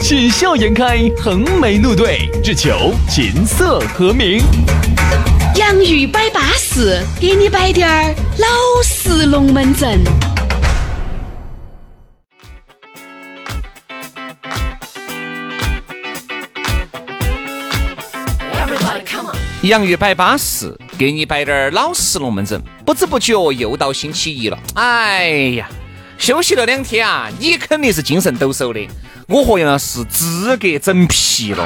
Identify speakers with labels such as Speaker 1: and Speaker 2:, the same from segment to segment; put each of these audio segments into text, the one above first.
Speaker 1: 喜笑颜开，横眉怒对，只求琴瑟和鸣。
Speaker 2: 洋芋摆巴士，给你摆点儿老式龙门阵。
Speaker 3: 洋芋摆巴适，给你摆点儿老实龙门阵。不知不觉又到星期一了，哎呀，休息了两天啊，你肯定是精神抖擞的。我和杨老师资格整疲 了，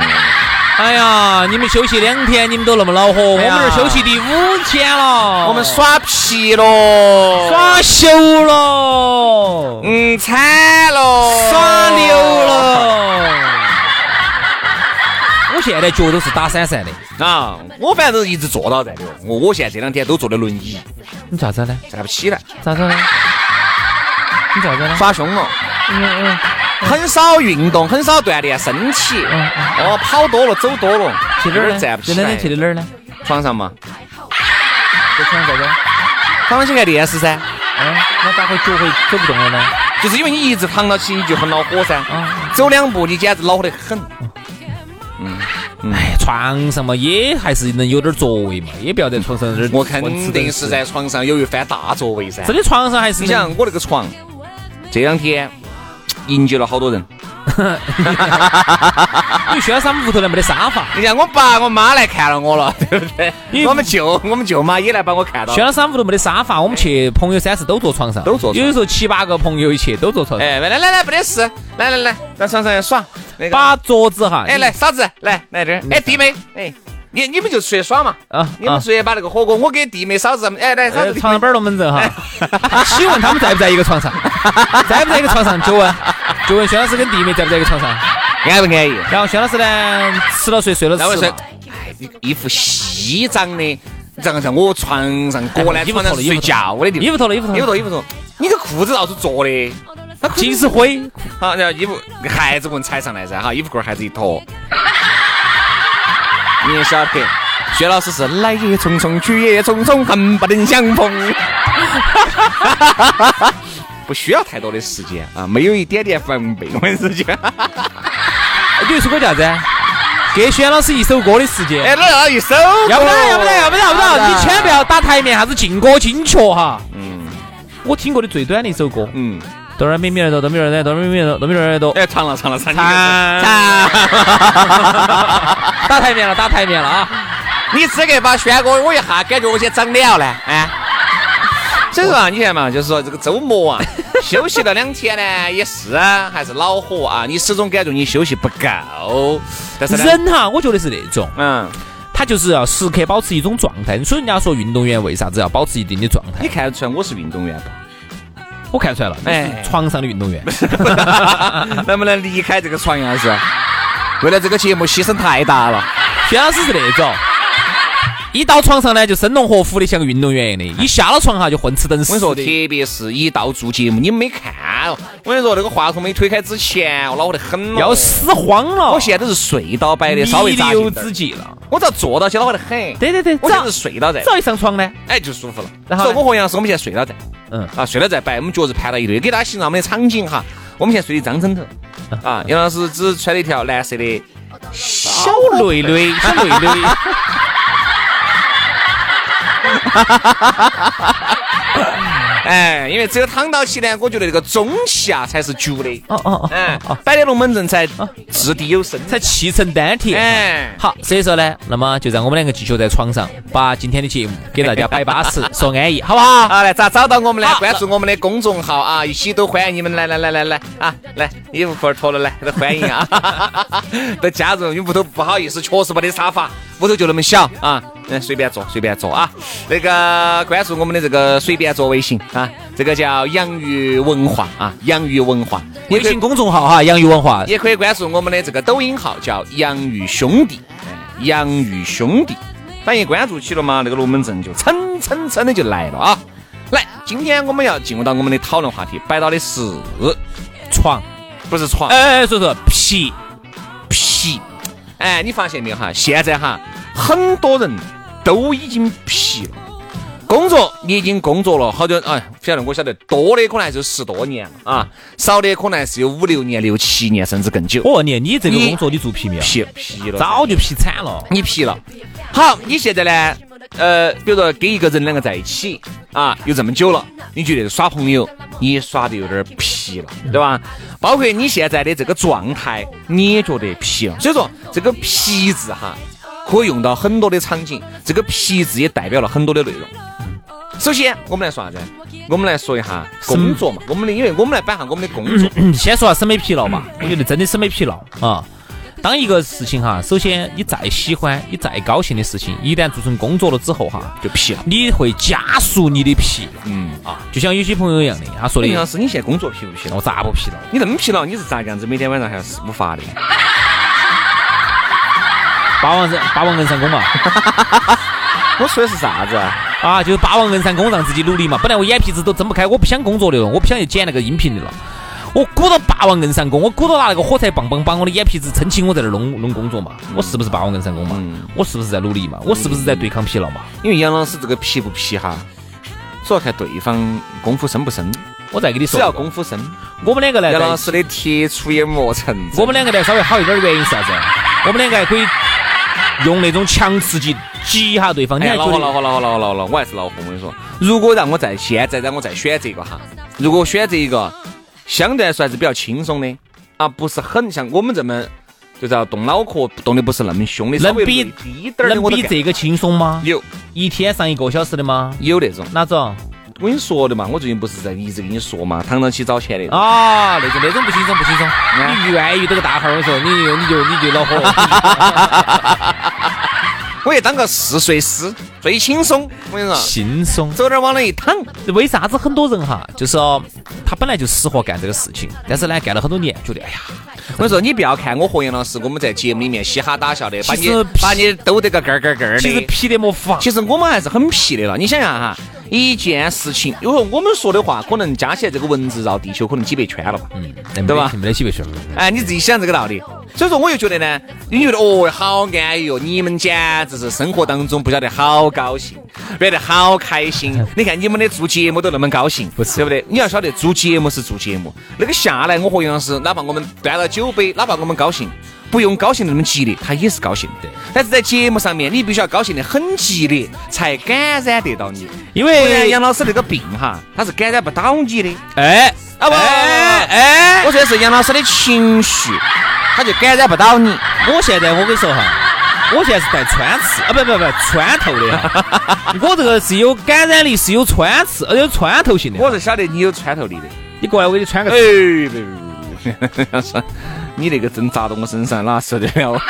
Speaker 4: 哎呀，你们休息两天，你们都那么恼火，
Speaker 5: 哎
Speaker 4: 我们这儿休息第五天了，
Speaker 3: 我们
Speaker 4: 耍
Speaker 3: 耍皮了，
Speaker 4: 耍休了，
Speaker 3: 嗯惨了，
Speaker 4: 耍牛。了。我现在脚都是打闪闪的，
Speaker 3: 啊，我反正一直坐到在的，我我现在这两天都坐的轮椅，
Speaker 4: 你咋子呢？
Speaker 3: 站不起来，
Speaker 4: 咋子呢？你咋子呢？嗯
Speaker 3: 耍凶了。很少运动，很少锻炼身体，
Speaker 4: 嗯
Speaker 3: 哦，跑多了，走多了，
Speaker 4: 去哪儿呢？
Speaker 3: 站不起
Speaker 4: 去哪儿
Speaker 3: 来
Speaker 4: 呢？去的哪儿呢？
Speaker 3: 床上嘛，
Speaker 4: 在床上咋子？
Speaker 3: 躺上去看电视噻。
Speaker 4: 嗯，那咋会脚会走不动了呢？
Speaker 3: 就是因为你一直躺到起，你就很恼火噻。
Speaker 4: 啊
Speaker 3: 走两步你简直恼火得很。
Speaker 4: 哎，床上嘛也还是能有点座位嘛，也不要在床上这儿
Speaker 3: 我肯
Speaker 4: 混吃等
Speaker 3: 定
Speaker 4: 死
Speaker 3: 是在床上有一番大作为噻
Speaker 4: 真。的床上还是
Speaker 3: 你
Speaker 4: 能
Speaker 3: 想我那个床，这两天迎接了好多人。
Speaker 4: 因为轩山屋头那没得沙发，
Speaker 3: 你像我爸我妈来看了我了， 对不
Speaker 4: 因
Speaker 3: 对？
Speaker 4: 为
Speaker 3: 我们舅我们舅妈也来把我看到
Speaker 4: 轩
Speaker 3: 了。
Speaker 4: 老师屋头没得沙发，我们去朋友三四都坐床上，
Speaker 3: 都坐床
Speaker 4: 有的时候七八个朋友一起都坐床上，
Speaker 3: 哎，来来来来，没得事，来来来，到床上耍。那个，
Speaker 4: 把桌子哈，
Speaker 3: 哎来嫂子，来来这儿。哎弟妹，哎你你们就出去耍嘛。
Speaker 4: 啊
Speaker 3: 你们
Speaker 4: 啊
Speaker 3: 出去把那个火锅，我给弟妹嫂子，哎来嫂
Speaker 4: 呃
Speaker 3: 哎子弟妹
Speaker 4: 床上板儿龙门阵哈，请问他们在不在一个床上？在不在一个床上？就问，就问轩老师跟弟妹在不在一个床上？
Speaker 3: 安不安逸？
Speaker 4: 然后轩老师呢，吃了睡，睡了
Speaker 3: 那我
Speaker 4: 吃
Speaker 3: 说
Speaker 4: 嘛。，
Speaker 3: 哎，一副西装的，让让我床上裹
Speaker 4: 哎
Speaker 3: 烂
Speaker 4: 衣服
Speaker 3: 床
Speaker 4: 脱
Speaker 3: 上
Speaker 4: 了，衣
Speaker 3: 睡
Speaker 4: 服
Speaker 3: 觉
Speaker 4: 脱
Speaker 3: 的
Speaker 4: 了，
Speaker 3: 地
Speaker 4: 衣服脱了，衣服
Speaker 3: 方
Speaker 4: 脱
Speaker 3: 衣
Speaker 4: 了，
Speaker 3: 服脱衣服脱，你个裤子到处坐的，那裤子
Speaker 4: 尽是灰，
Speaker 3: 好，然后衣服孩子纹踩上来噻，哈，衣服裤儿还子一脱，你也晓得。薛老师是来也匆匆，去也匆匆，恨不能相逢。 不需要太多的时间啊，没有一点点防备，我跟你讲。
Speaker 4: 你又说我叫啥子？啊给轩老师一首歌的时间。
Speaker 3: 哎，那要一首，
Speaker 4: 要不然，要不然，要不然，要不然，你千万不要打台面啥子劲歌金曲哈。
Speaker 3: 嗯
Speaker 4: 我听过的最短的一首歌，
Speaker 3: 嗯。
Speaker 4: 哆来咪咪来哆，哆咪来哆，哆咪咪来哆，哆咪来哆。
Speaker 3: 哎，唱了唱了唱了
Speaker 4: 打台面了，打台面了啊！
Speaker 3: 你资格把轩哥我一下感觉我先长了呢，哎。所以说啊，你看嘛，就是说这个周末 啊，休息了两天呢，也是啊还是恼火啊，你始终感觉你休息不够，但是呢，
Speaker 4: 人哈，我觉得是那种，
Speaker 3: 嗯，
Speaker 4: 他就是要时刻保持一种状态。所以人家说运动员为啥子要保持一定的状态
Speaker 3: 你？看得出来我是运动员 不？
Speaker 4: 我看出来了，
Speaker 3: 哎
Speaker 4: 哎，床上的运动员，
Speaker 3: 能不能离开这个床，杨老师？为了这个节目牺牲太大了。
Speaker 4: 薛老师是那种。一到床上呢，就生龙活虎的，像个运动员一样的；一下了床哈，就混吃等
Speaker 3: 哎我
Speaker 4: 死
Speaker 3: 跟
Speaker 4: 的。
Speaker 3: 你说，特别是一到做节目，你们没看哦，我跟你说，那个话筒没推开之前，我恼火得很哦。
Speaker 4: 要死慌了。
Speaker 3: 我现在是睡到摆的，稍微扎
Speaker 4: 弥
Speaker 3: 心
Speaker 4: 留
Speaker 3: 点儿
Speaker 4: 之际了。
Speaker 3: 我只要坐到起，恼火得很。
Speaker 4: 对对对，
Speaker 3: 我现在
Speaker 4: 早
Speaker 3: 是睡到在，
Speaker 4: 早一上床呢，
Speaker 3: 哎，就舒服了。
Speaker 4: 然后
Speaker 3: 所
Speaker 4: 呢
Speaker 3: 以我和杨老师，我们现在睡到在，
Speaker 4: 嗯
Speaker 3: 啊，睡到在摆，我们脚是盘到一堆，给大家形容我们的场景哈。我们现在睡的张枕头，
Speaker 4: 嗯
Speaker 3: 啊，杨老师只穿了一条蓝色的
Speaker 4: 小累累，
Speaker 3: 哎
Speaker 4: 小累累。
Speaker 3: 哎，因为只有躺到起呢，我觉得这个中气啊才是足的。
Speaker 4: 哦哦哦，
Speaker 3: 哎，摆的龙门阵才掷地有声。
Speaker 4: 才气沉丹田。
Speaker 3: 哎，
Speaker 4: 好，所以说呢，那么就让我们两个继续在床上把今天的节目给大家摆巴 适，说安逸，好不好？
Speaker 3: 好，来咋找到我们呢
Speaker 4: 好？
Speaker 3: 关注我们的公众号啊，一起都欢迎你们来来来来来啊，来 衣服裤儿脱了来，都欢迎啊，都加入，你屋头不好意思，确实没得沙发，屋头就那么小啊，嗯，随便坐，随便坐啊。那个关注我们的这个随便坐微信啊，这个叫洋芋文化啊，洋芋文化。也
Speaker 4: 微
Speaker 3: 可以
Speaker 4: 信公众号哈，洋芋文化。
Speaker 3: 也可以关注我们的这个抖音号，叫“洋芋兄弟”，哎洋芋兄弟，反正关注起了嘛，那个龙门阵就蹭蹭蹭的就来了啊！来，今天我们要进入到我们的讨论话题，摆到的是
Speaker 4: 床，
Speaker 3: 不是床？呃
Speaker 4: 哎哎，说说皮，
Speaker 3: 皮，哎，你发现没有哈？现在哈，很多人都已经皮了。工作你已经工作了好久，哎，不晓得我晓得多的可能还是十多年了啊，少的可能还是有五六年、六七年甚至更久。
Speaker 4: 我念你这个工作你做皮没有？
Speaker 3: 皮皮了，
Speaker 4: 早就皮惨了。
Speaker 3: 你皮了。好，你现在呢？呃，比如说跟一个人两个在一起啊，有这么久了，你觉得耍朋友你也耍得有点儿皮了，对吧？包括你现在的这个状态，你也觉得皮了。所以说，这个“皮”字哈，可以用到很多的场景，这个“皮”字也代表了很多的内容。首先，我们来说啥子？我们来说一下工作嘛，我们的，因为我们来摆下我们的工作。
Speaker 4: 嗯先说下审美疲劳嘛，我觉得真的审美疲劳啊。当一个事情哈，首先你再喜欢、你再高兴的事情，一旦做成工作了之后哈，
Speaker 3: 就皮了，
Speaker 4: 你会加速你的疲劳
Speaker 3: 嗯哎啊。
Speaker 4: 就像有些朋友一样的，他说
Speaker 3: 林老
Speaker 4: 的，
Speaker 3: 师，你现在工作皮不皮了？
Speaker 4: 我咋不疲劳？
Speaker 3: 你那么疲劳，你是咋个样子？每天晚上还要四五发的？
Speaker 4: 霸王霸王硬上弓嘛，
Speaker 3: 我说的是啥子？啊？
Speaker 4: 啊，就是霸王硬上弓，让自己努力嘛。本来我眼皮子都睁不开，我不想工作的了，我不想去剪那个音频的了。我鼓捣霸王硬上弓，我鼓捣拿那个火柴棒棒把我的眼皮子撑起，我在那儿弄弄工作嘛。我是不是霸王硬上弓嘛？
Speaker 3: 嗯
Speaker 4: 我是不是在努力嘛？我是不是在对抗疲劳嘛？
Speaker 3: 因为杨老师这个皮不皮哈，主要看对方功夫深不深。
Speaker 4: 我再给你说
Speaker 3: 只要，功夫深，
Speaker 4: 我们两个来
Speaker 3: 啊杨
Speaker 4: 在
Speaker 3: 老
Speaker 4: 一起，
Speaker 3: 师的铁杵也磨成针。
Speaker 4: 哎我们两个来稍微好一点的原因是啥子？啊我们两个还可以用那种强刺激激一下对方。你
Speaker 3: 哎，
Speaker 4: 还觉
Speaker 3: 恼火
Speaker 4: 得
Speaker 3: 恼火恼火恼火恼火，我还是恼火。我跟你说，如果让我在现在让我再选择一个哈，如果我选择一个相对来说还是比较轻松的啊，不是很像我们这么就是要动脑壳，动的不是那么凶的，
Speaker 4: 能
Speaker 3: 稍微
Speaker 4: 比
Speaker 3: 累低点儿的
Speaker 4: 能
Speaker 3: 我都
Speaker 4: 比
Speaker 3: 干
Speaker 4: 这个轻松吗？
Speaker 3: 有
Speaker 4: 一天上一个小时的吗？
Speaker 3: 有那种。
Speaker 4: 哪种？
Speaker 3: 我跟你说的嘛，我最近不是在一直跟你说嘛，躺到起找钱的。
Speaker 4: 啊，那种那种不轻松不轻松，你愿意这个大号儿，我说你你就你就恼火了。
Speaker 3: 我也当个试睡师，最轻松。我跟你说，
Speaker 4: 轻松，
Speaker 3: 走点儿往那一躺，
Speaker 4: 为啥子很多人哈，就是哦他本来就适合干这个事情，但是呢，干了很多年，觉得哎呀，
Speaker 3: 我跟你说，你不要看我和杨老师，我们在节目里面嘻哈打笑的，把
Speaker 4: 其
Speaker 3: 你
Speaker 4: 实
Speaker 3: 把你兜得个根儿根儿根儿
Speaker 4: 其实
Speaker 3: 的。
Speaker 4: 皮得没法。
Speaker 3: 其实我们还是很皮的了。你想想哈，一件事情，因为我们说的话，可能加起来这个文字绕地球可能几百圈了吧。
Speaker 4: 嗯，
Speaker 3: 对吧
Speaker 4: 没得几回事。
Speaker 3: 哎，你自己想这个道理。所以说，我又觉得呢，你觉得哦，好安逸哦，你们简直是生活当中不晓得好高兴，玩得好开心。你看你们的做节目都那么高兴，
Speaker 4: 嗯不是
Speaker 3: 对不对？你要晓得做节目是做节目，那个下来，我和杨老师，哪怕我们端了酒杯，哪怕我们高兴，不用高兴得那么激烈，他也是高兴的。但是在节目上面，你必须要高兴得很激烈，才感染得到你。
Speaker 4: 因
Speaker 3: 不然
Speaker 4: 为
Speaker 3: 杨老师那个病哈，他是感染不到你的。
Speaker 4: 哎
Speaker 3: 啊不
Speaker 4: 哎
Speaker 3: 哎，我说的是杨老师的情绪，他就感染不到你。
Speaker 4: 我现在我跟你说哈，我现在是带穿刺啊，不不不穿透的哈，我这个是有感染力，是有穿刺，呃有穿透性的。
Speaker 3: 我是晓得你有穿透力的。
Speaker 4: 你过来，我给你穿个
Speaker 3: 哎，别别别，说你那个针扎到我身上，哪受得了我？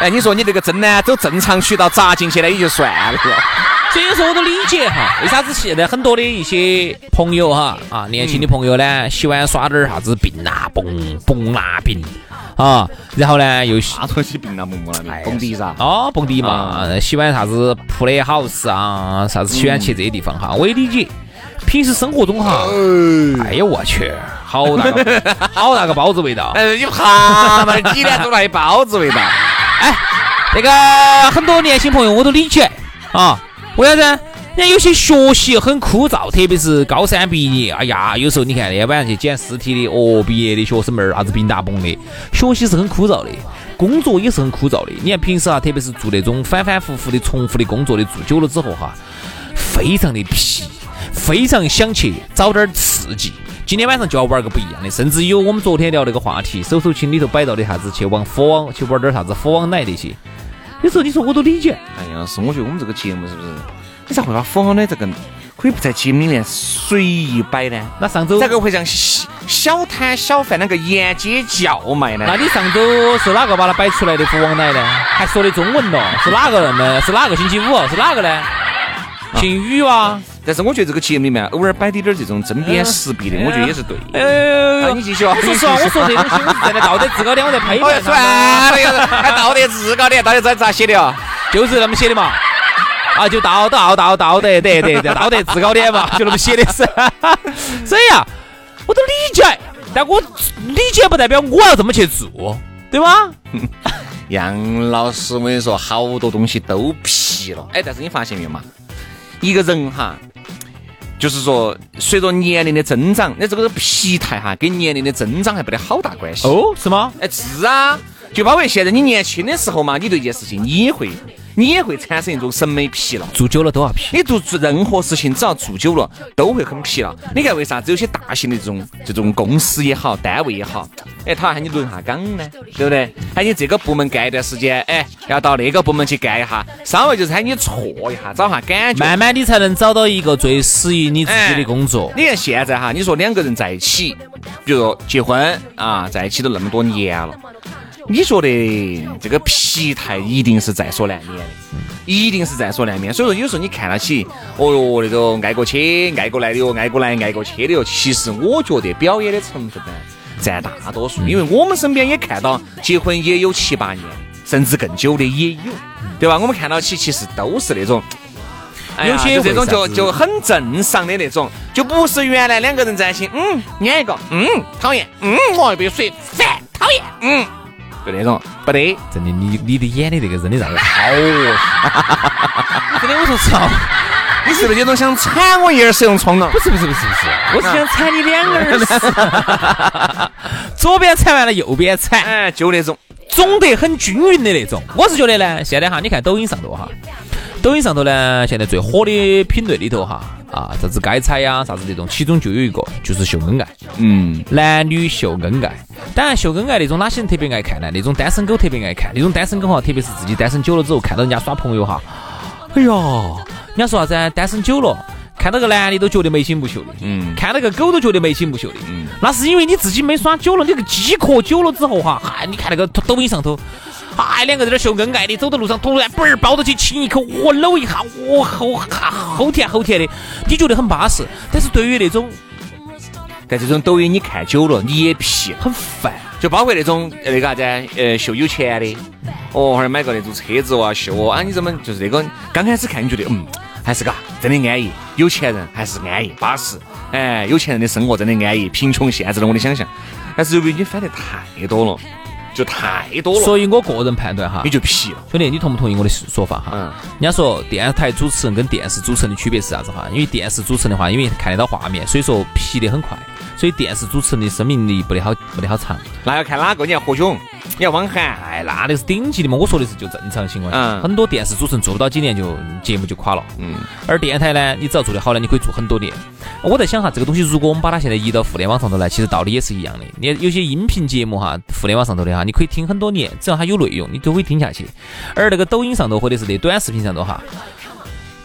Speaker 3: 哎，你说你那个针呢，走正常渠道扎进去呢，也就算了。
Speaker 4: 所以有时候我都理解哈，为啥子现在很多的一些朋友哈啊，年轻的朋友呢，喜欢耍点儿啥子病啊，蹦蹦啊病啊，然后呢又喜
Speaker 3: 啥东西病啊，木木了，蹦迪噻。
Speaker 4: 哦蹦迪嘛，喜欢啥子 play house 啊，啥子喜欢去这些地方哈，我也理解。平时生活中哈，哎呦我去，好大个好大个包子味道。
Speaker 3: 哎，你怕嘛？几点钟来包子味道？
Speaker 4: 哎， 那个很多年轻朋友我都理解啊，为啥子？人家有些学习很枯燥，特别是高三毕业，哎呀，有时候你看那天晚上去捡尸体的，哦，毕业的学生妹儿，啥子冰大蹦的，学习是很枯燥的，工作也是很枯燥的。你看平时啊，特别是做那种反反复复的、重复的工作的，做久了之后哈、非常的皮，非常想去找点儿刺激。今天晚上就要玩个不一样的，甚至有我们昨天聊那个话题，手头琴里头摆到的啥子去往火网去玩点儿啥子火网奶那些。有时候你说我都理解，
Speaker 3: 哎呀，是我觉得我们这个节目是不是？你咋会把“疯狂”的这个可以不在节目里面随意摆呢？
Speaker 4: 那上周
Speaker 3: 咋个会让小小摊小贩那个沿街叫卖呢？
Speaker 4: 那你上周是哪个把它摆出来的福王奶呢？还说的中文咯？是哪个人呢？是哪个星期五？哦是哪个呢？
Speaker 3: 啊
Speaker 4: 姓宇啊哇？
Speaker 3: 但是我觉得这个节目里面偶尔摆点点这种针砭时弊的，我觉得也是对的。
Speaker 4: 哎
Speaker 3: 啊你继续啊
Speaker 4: 我说实话，我说这东西我是站在道德制高点，我在批评
Speaker 3: 哎呀，
Speaker 4: 他
Speaker 3: 算了呀，还道德制高点，到底咋咋写的啊？
Speaker 4: 就是那么写的嘛。啊，就道道道道德对对对，道德制高点 嘛，就那么写的是。所以啊，我都理解，但我理解不代表我要这么去做，对吗？
Speaker 3: 杨老师，我跟你说，好多东西都皮了。哎，但是你发现没有嘛？一个人哈，就是说，随着年龄的增长，那这个疲态哈，跟年龄的增长还不得好大关系。
Speaker 4: 哦，是吗？
Speaker 3: 哎，是啊，就包括现在你年轻的时候嘛，你对一件事情你也会，你也会产生一种审美疲劳。
Speaker 4: 做久了都要批。
Speaker 3: 你做做任何事情，只要做久了，都会很疲劳。你看为啥子有些大型的这种这种公司也好，单位也好，哎，他还喊你轮下岗呢，对不对？喊你这个部门干一段时间，哎，要到那个部门去干一下，稍微就是喊你错一下，找下感觉。
Speaker 4: 慢慢你才能找到一个最适应你自己的工作。
Speaker 3: 你看现在哈，你说两个人在一起，比如说结婚啊，在一起都那么多年了，你觉得这个疲态一定是在所难免的，一定是在所难免。所以说，有时候你看到起，哦哟，那种爱过去、爱过来的哟，爱过来、爱过去的哟，其实我觉得表演的成分呢占大多数，因为我们身边也看到，结婚也有七八年，甚至更久的也有，对吧？我们看到起，其实都是那种。哎呀
Speaker 4: 有些
Speaker 3: 就这种就
Speaker 4: 为啥子
Speaker 3: 就很正常的那种，就不是原来两个人在一起，嗯，撵一个，嗯，讨厌，嗯，我要一杯水，烦，讨厌，嗯，就那种，不得，
Speaker 4: 真的，你你的眼里那个真的让人好哦恶心。 真的，我说实话，
Speaker 3: 你是不是有种想铲我一耳屎用冲动？
Speaker 4: 不是不是不是不是，我是想踩你两个耳 屎，左边踩完了右边踩，
Speaker 3: 哎，就那种，
Speaker 4: 总得很均匀的那种。我是觉得呢，现在哈，你看抖音上头哈，抖音上头呢，现在最火的品类里头哈，啊，啥子该踩呀，啥子这种，其中就有一个就是秀恩爱。
Speaker 3: 嗯，
Speaker 4: 男女秀恩爱。当然，秀恩爱那种哪些人特别爱看呢？那种单身狗特别爱看，那种单身狗哈，特别是自己单身久了之后，看到人家耍朋友哈，哎呀，人家说啥子啊？单身久了，看到个男的都觉得眉清目秀的，
Speaker 3: 嗯
Speaker 4: 看到个狗都觉得眉清目秀的，
Speaker 3: 嗯
Speaker 4: 那是因为你自己没耍久了，你个鸡壳久了之后哈，嗨，你看那个抖抖音上头。哎，两个在那儿秀恩爱的，走到路上突然嘣儿抱到起亲一口，我搂一下，我好好好甜好甜的，你觉得很巴适。但是对于那种
Speaker 3: 但这种抖音你看久了，你也皮了，
Speaker 4: 很烦，
Speaker 3: 就包括那种呃那个啥子啊，呃，秀有钱的，哦，或者买个那种车子哇，秀哦，啊，你怎么就是那个？刚开始看你觉得，嗯，还是嘎，真的安逸，有钱人还是安逸巴适，哎，有钱人的生活真的安逸，贫穷限制了我的想象。但是由于你翻得太多了，就太多了，
Speaker 4: 所以我个人判断哈
Speaker 3: 你，就皮了。
Speaker 4: 兄弟，你同不同意我的说法哈？
Speaker 3: 嗯
Speaker 4: 人家说电台主持人跟电视主持人的区别是啥子哈？因为电视主持人的话，因为看得到画面，所以说皮得很快，所以电视主持人的生命力不得好不得好长。
Speaker 3: 那要看哪个？你要何炅，你要汪涵，
Speaker 4: 哎，那那是顶级的嘛！我说的是就正常行为，
Speaker 3: 嗯
Speaker 4: 很多电视主持人做不到几年就节目就垮了。
Speaker 3: 嗯，
Speaker 4: 而电台呢，你只要做得好呢，你可以做很多年。我在想哈，这个东西如果我们把它现在移到互联网上头来，其实道理也是一样的。你有些音频节目哈，互联网上头的哈，你可以听很多年，只要它有内容，你都会听下去。而那个抖音上头或者是那短视频上头哈，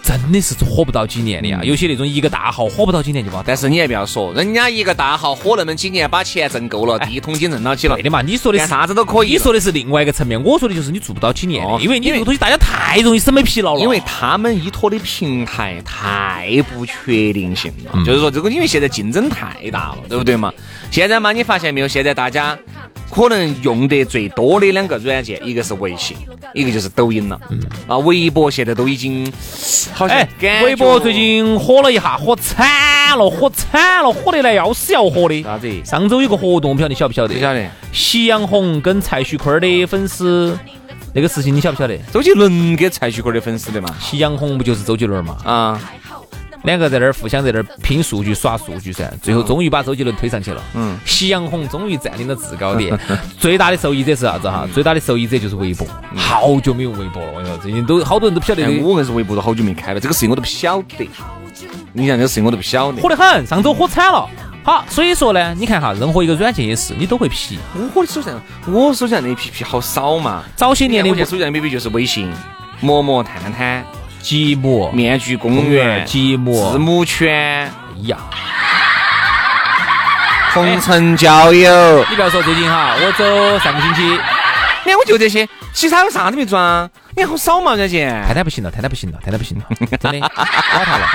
Speaker 4: 真的是火不到几年的呀。
Speaker 3: 嗯
Speaker 4: 有些那种一个大号火不到几年就把它
Speaker 3: 但是你也不要说，人家一个大号火那么几年，把钱挣够了，第一桶金挣到起了
Speaker 4: 对，的嘛。你说的是
Speaker 3: 干啥子都可以了。
Speaker 4: 你说的是另外一个层面，我说的就是你做不到几年
Speaker 3: 哦
Speaker 4: 的，因为你
Speaker 3: 因
Speaker 4: 这
Speaker 3: 为
Speaker 4: 个东西大家太容易审美疲劳了。
Speaker 3: 因为他们依托的平台太不确定性了，就是说这个因为现在竞争太大了，对不对嘛？现在嘛，你发现没有？现在大家可能用得最多的两个软件，一个是微信，一个就是抖音了。啊，微博现在都已经好像
Speaker 4: 哎，
Speaker 3: 感觉
Speaker 4: 微博最近火了一下，火惨了，火惨了，火得来要死要活的。
Speaker 3: 啥子
Speaker 4: 上周有个活动，我不晓得你晓不晓得？
Speaker 3: 啊不晓得。
Speaker 4: 夕阳红跟蔡徐坤的粉丝那个事情，你晓不晓得？
Speaker 3: 周杰伦给蔡徐坤的粉丝的嘛？
Speaker 4: 夕阳红不就是周杰伦嘛？
Speaker 3: 啊，
Speaker 4: 两个在那儿互相在那儿拼数据、耍数据
Speaker 3: 嗯
Speaker 4: 噻，最后终于把周杰伦推上去了。嗯，夕阳红终于占领了制高 点。最大的受益者是啥子
Speaker 3: 嗯
Speaker 4: 哈？最大的受益者就是微博。好久没用微博了，我跟你说，最近都好多人都不晓得
Speaker 3: 哎，我硬是微博都好久没开了，这个事情我都不晓得。你像这个事情我都不晓得
Speaker 4: 火。得很，上周火惨了。好，所以说呢，你看哈，任何一个软件也是，你都会皮。
Speaker 3: 我手机上，我手机上的 APP 好少嘛。
Speaker 4: 早些
Speaker 3: 今
Speaker 4: 年
Speaker 3: 年
Speaker 4: 的
Speaker 3: 我现在手机上的 APP 就是微信、陌陌、探探、
Speaker 4: 积木、
Speaker 3: 面具公园、
Speaker 4: 积木
Speaker 3: 字母圈、
Speaker 4: 哎呀，
Speaker 3: 红尘交友，
Speaker 4: 你不要说最近哈，我走上个星期，
Speaker 3: 你哎看我就这些，其他有啥子没装？啊你看好少嘛，这些。
Speaker 4: 哎太太不行了，太太不行了，太太不行了，真的，垮他了。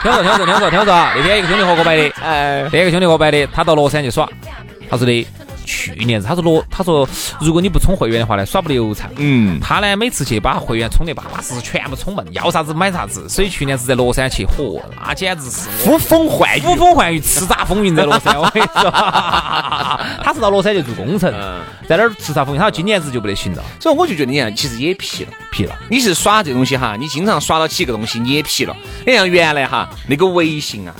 Speaker 4: 听我说，听我说，听我说，听我说啊，那天一个兄弟伙给我摆的，
Speaker 3: 哎，
Speaker 4: 那个兄弟伙摆的，他到乐山去耍，他说的。去年子他说罗，他说如果你不充会员的话呢，耍不流畅。
Speaker 3: 嗯，
Speaker 4: 他呢，每次去把会员充得巴巴适适，全部充满，要啥子买啥子。所以去年是在乐山去，嚯，那简直是
Speaker 3: 呼风唤雨，
Speaker 4: 呼风唤雨，叱咤风云在乐山。我跟你 说，他是到乐山去做工程，
Speaker 3: 嗯
Speaker 4: 在那儿叱咤风云。他今年子就不得行了，
Speaker 3: 所以我就觉得你啊，其实也皮了。
Speaker 4: 皮了。
Speaker 3: 你是耍这东西哈，你经常耍到起一个东西，你也皮了。你像原来哈那个微信啊，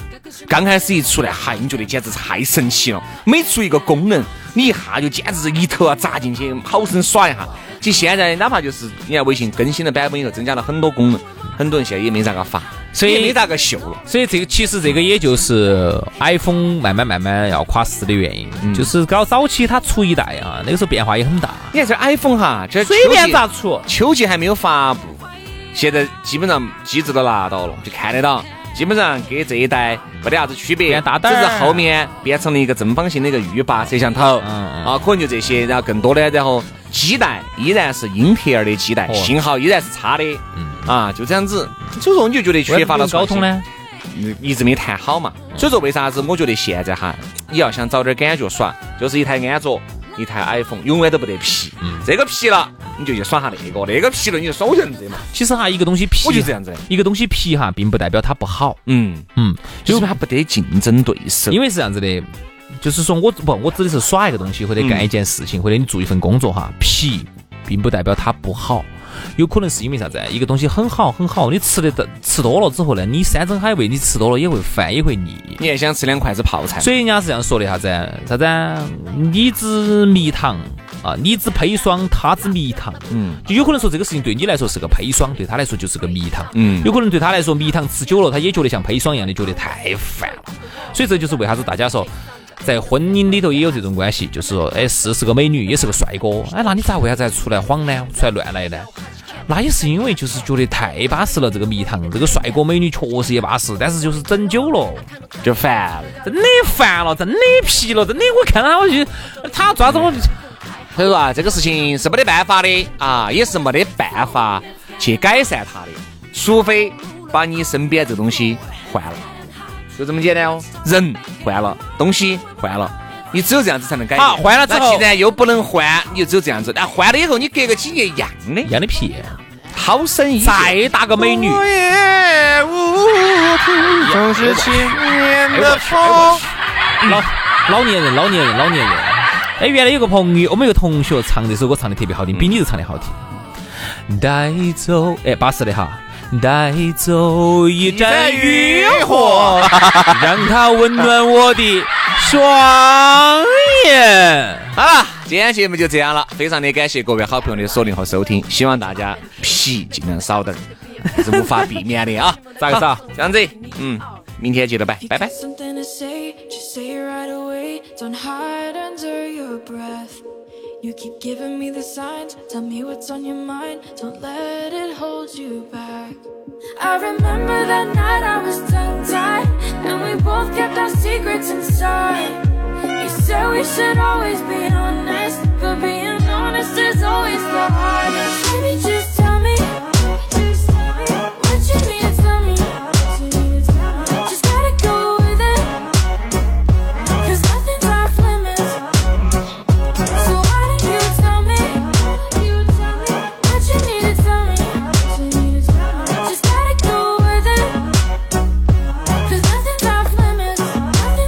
Speaker 3: 刚开始一出来，嗨，你觉得简直太神奇了。每出一个功能，你一下就简直是一头啊扎进去，好生耍一下。其实现在哪怕就是你看微信更新了版本以后，增加了很多功能，很多人现在也没咋个发，
Speaker 4: 所以
Speaker 3: 也没咋个秀了。
Speaker 4: 所以这个其实这个也就是 iPhone 慢慢慢慢要垮死的原因，
Speaker 3: 嗯
Speaker 4: 就是搞早期它出一代啊，那个时候变化也很大，
Speaker 3: 你看这 iPhone 哈，这
Speaker 4: 随便咋出。
Speaker 3: 秋季还没有发布，现在基本上机制都拿到了，就看得到，基本上跟这一代没得啥子区别，
Speaker 4: 变大
Speaker 3: 只
Speaker 4: 点儿啊
Speaker 3: 是后面变成了一个正方形的一个浴霸摄像头，
Speaker 4: 嗯嗯
Speaker 3: 啊，可能就这些，然后更多的，然后基带依然是英特尔的基带，
Speaker 4: 哦
Speaker 3: 信号依然是差的，
Speaker 4: 嗯
Speaker 3: 啊，就这样子，所以说你就觉得缺乏了
Speaker 4: 高
Speaker 3: 创
Speaker 4: 通
Speaker 3: 新，
Speaker 4: 呢？
Speaker 3: 嗯一直没谈好嘛，所以说为啥子我觉得现在哈，你要想找点感觉耍，就是一台安卓。一台 iPhone 永远都不得皮，
Speaker 4: 嗯
Speaker 3: 这个皮了你就去耍下那个，那个皮了你就耍我认得嘛。
Speaker 4: 其实哈，一个东西皮，
Speaker 3: 我就这样子。
Speaker 4: 一个东西皮哈，并不代表它不好。
Speaker 3: 嗯，
Speaker 4: 嗯，
Speaker 3: 就是他不得竞争对手，
Speaker 4: 因为是这样子的，就是说我不，我指的是耍一个东西，或者
Speaker 3: 嗯
Speaker 4: 干一件事情，或者你做一份工作哈，皮并不代表它不好。有可能是因为啥子？啊一个东西很好很好，你吃的吃多了之后呢，你山珍海味你吃多了也会烦也会腻。
Speaker 3: 你还想吃两筷子泡菜，
Speaker 4: 所以人家是这样说的，啥子？啥子啊？你之蜜糖啊，你之砒霜，他之蜜糖。
Speaker 3: 嗯
Speaker 4: 就有可能说这个事情对你来说是个砒霜，对他来说就是个蜜糖。
Speaker 3: 嗯
Speaker 4: 有可能对他来说，蜜糖吃久了，他也觉得像砒霜一样的，觉得太烦了。所以这就是为啥子大家说，在婚姻里头也有这种关系，就是说，哎，是是个美女，也是个帅哥，哎，那你咋为啥子还出来晃呢？出来乱来呢？那也是因为就是觉得太巴适了，这个蜜糖，这个帅哥美女确实也巴适，但是就是整久了，
Speaker 3: 就烦了。
Speaker 4: 真的烦了，真的皮了，真的我看到他我就他抓着我就。
Speaker 3: 所以说啊，这个事情是没得办法的啊，也是没得办法去改善它的，除非把你身边这东西换了，就这么简单哦。人换了，东西换了。你只有这样子才能改变。
Speaker 4: 好换了之后
Speaker 3: 那既然又不能换，你就只有这样子。但换了以后，你隔个几年一样的
Speaker 4: 一，样的哎皮，
Speaker 3: 好生意。
Speaker 4: 再大个美女，
Speaker 3: 我也无处总是轻蔑的风。
Speaker 4: 老老年人，老年人，老年人。哎，原来有个朋友，我们有个同学唱这首歌唱的特别好听，比你这唱的好听。带走，哎，巴适的哈。带走一盏渔火，让它温暖我的双眼。
Speaker 3: 好了，今天节目就这样了，非常的感谢各位好朋友的锁定和收听，希望大家皮尽量少点儿，这是无法避免的啊。
Speaker 4: 咋个少？
Speaker 3: 这样子，嗯，明天接着拜，拜拜
Speaker 6: got。Something to say, just say it right away. Don't hide under your breath. You keep giving me the signs, tell me what's on your mind. Don't let it hold you back. I remember that night I was tongue tied, and we both kept our secrets inside. You said we should always be honest, but being honest is always the hardest. Baby, just tell me. What you need to tell me. Just gotta go with it. 'Cause nothing's off limits. So why don't you tell me? What you need to tell me. Just gotta go with it. 'Cause nothing's off limits.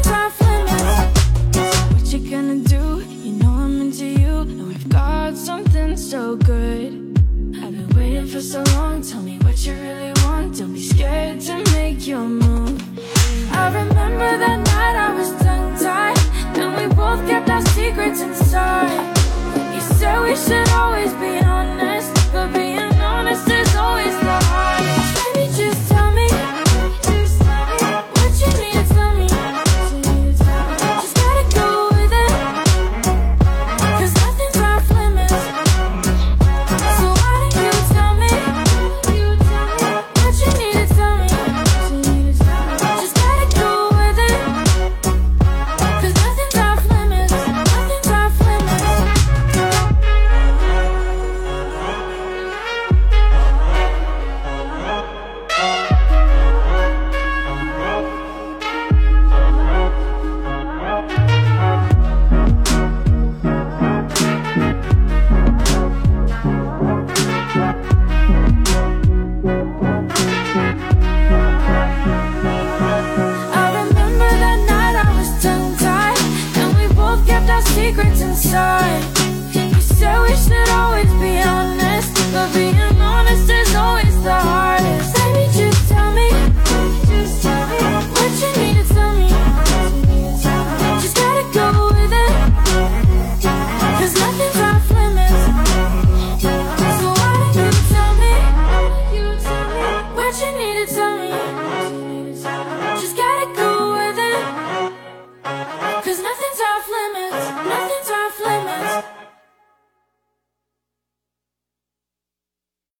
Speaker 6: Nothing's off limits. What you gonna do? You know I'm into you, and we've got something so good. I've been waiting for so long. Tell me what you really want. Don't be scared to make your move. I remember that night I was tongue tied, and we both kept our secrets inside. You said we should always be honest, but being honest is always the hardest. Baby, just tell me what you need to tell me. Just gotta go with it, 'cause nothing's off limits. So why don't you tell me? time. You said we should always be honest, but being